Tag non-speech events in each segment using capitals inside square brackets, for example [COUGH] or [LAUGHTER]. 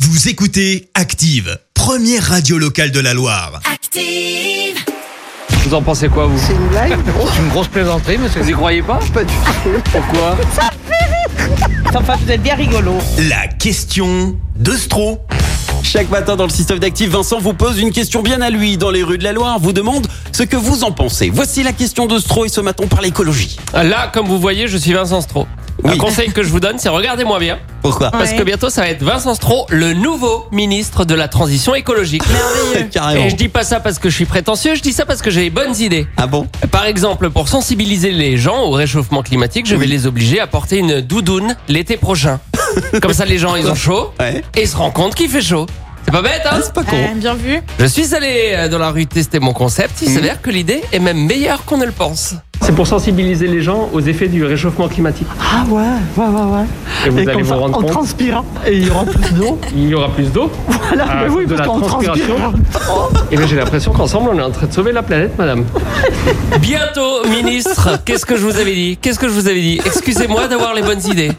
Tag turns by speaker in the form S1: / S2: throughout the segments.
S1: Vous écoutez Active, première radio locale de la Loire.
S2: Active.
S3: Vous en pensez quoi, vous
S4: C'est une blague
S3: [LAUGHS] C'est une grosse plaisanterie, monsieur Vous y croyez pas
S4: Pas du tout.
S3: Pourquoi
S4: Enfin, vous êtes bien rigolo.
S1: La question de Stro.
S5: Chaque matin dans le système d'actifs, Vincent vous pose une question bien à lui dans les rues de la Loire, vous demande ce que vous en pensez. Voici la question de Stro et ce matin par l'écologie.
S6: Là, comme vous voyez, je suis Vincent Stroh. Un
S5: Oui.
S6: conseil que je vous donne, c'est regardez-moi bien,
S5: Pourquoi
S6: parce que bientôt ça va être Vincent Stroh, le nouveau ministre de la transition écologique.
S5: Carrément.
S6: Et je dis pas ça parce que je suis prétentieux, je dis ça parce que j'ai les bonnes idées.
S5: Ah bon
S6: Par exemple, pour sensibiliser les gens au réchauffement climatique, je vais les obliger à porter une doudoune
S4: [LAUGHS]
S6: l'été prochain. Comme ça, les gens, ils ont chaud
S5: Ouais.
S6: et ils se rendent compte qu'il fait chaud. C'est pas bête, hein
S5: Ah, c'est pas con.
S2: bien vu.
S6: Je suis allé euh, dans la rue tester mon concept. Il
S5: Mhm.
S6: s'avère que l'idée est même meilleure qu'on ne le pense.
S7: C'est pour sensibiliser les gens aux effets du réchauffement climatique.
S4: Ah ouais, ouais, ouais, ouais.
S7: Et vous
S4: et
S7: allez
S4: comme
S7: vous
S4: ça,
S7: rendre
S4: en
S7: compte,
S4: transpirant, et [LAUGHS] il y aura plus d'eau.
S7: il y aura plus d'eau.
S4: Voilà,
S7: Ah,
S4: mais oui,
S7: de
S4: parce
S7: la
S4: qu'on transpire.
S7: transpiration. [LAUGHS] Et bien j'ai l'impression qu'ensemble on est en train de sauver la planète, madame.
S6: Bientôt,
S7: [LAUGHS]
S6: ministre, qu'est-ce que je vous avais dit Qu'est-ce que je vous avais dit Excusez-moi d'avoir les bonnes idées.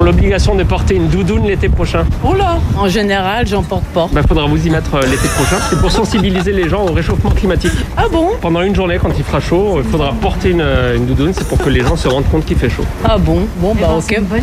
S7: L'obligation de porter une doudoune l'été prochain.
S8: Oh En général, j'en porte pas.
S7: Il faudra vous y mettre euh, l'été prochain. C'est pour sensibiliser les gens au réchauffement climatique.
S8: Ah bon
S7: Pendant une journée, quand il fera chaud, il faudra porter une, euh, une doudoune. C'est pour que les gens se rendent compte qu'il fait chaud.
S8: Ah bon Bon, bah ok. Ouais,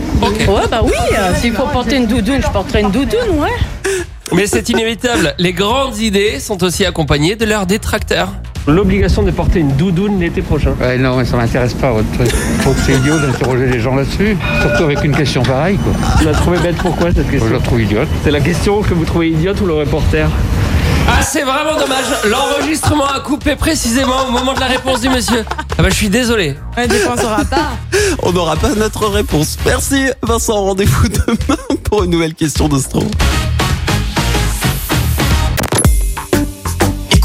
S8: bah oui, euh, s'il faut porter une doudoune, je porterai une doudoune, ouais.
S6: Mais c'est inévitable. Les grandes idées sont aussi accompagnées de leurs détracteurs.
S7: L'obligation de porter une doudoune l'été prochain.
S9: Ouais, non, mais ça m'intéresse pas votre truc. Je trouve que c'est idiot d'interroger les gens là-dessus, surtout avec une question pareille, quoi.
S7: Vous la trouvez bête pourquoi cette
S9: Je
S7: question
S9: la trouve idiote.
S7: C'est la question que vous trouvez idiote ou le reporter
S6: Ah, c'est vraiment dommage. L'enregistrement a coupé précisément au moment de la réponse du monsieur. Ah bah, je suis désolé.
S2: On dépensera pas.
S5: On n'aura pas notre réponse. Merci Vincent, rendez-vous [LAUGHS] demain pour une nouvelle question de Stro.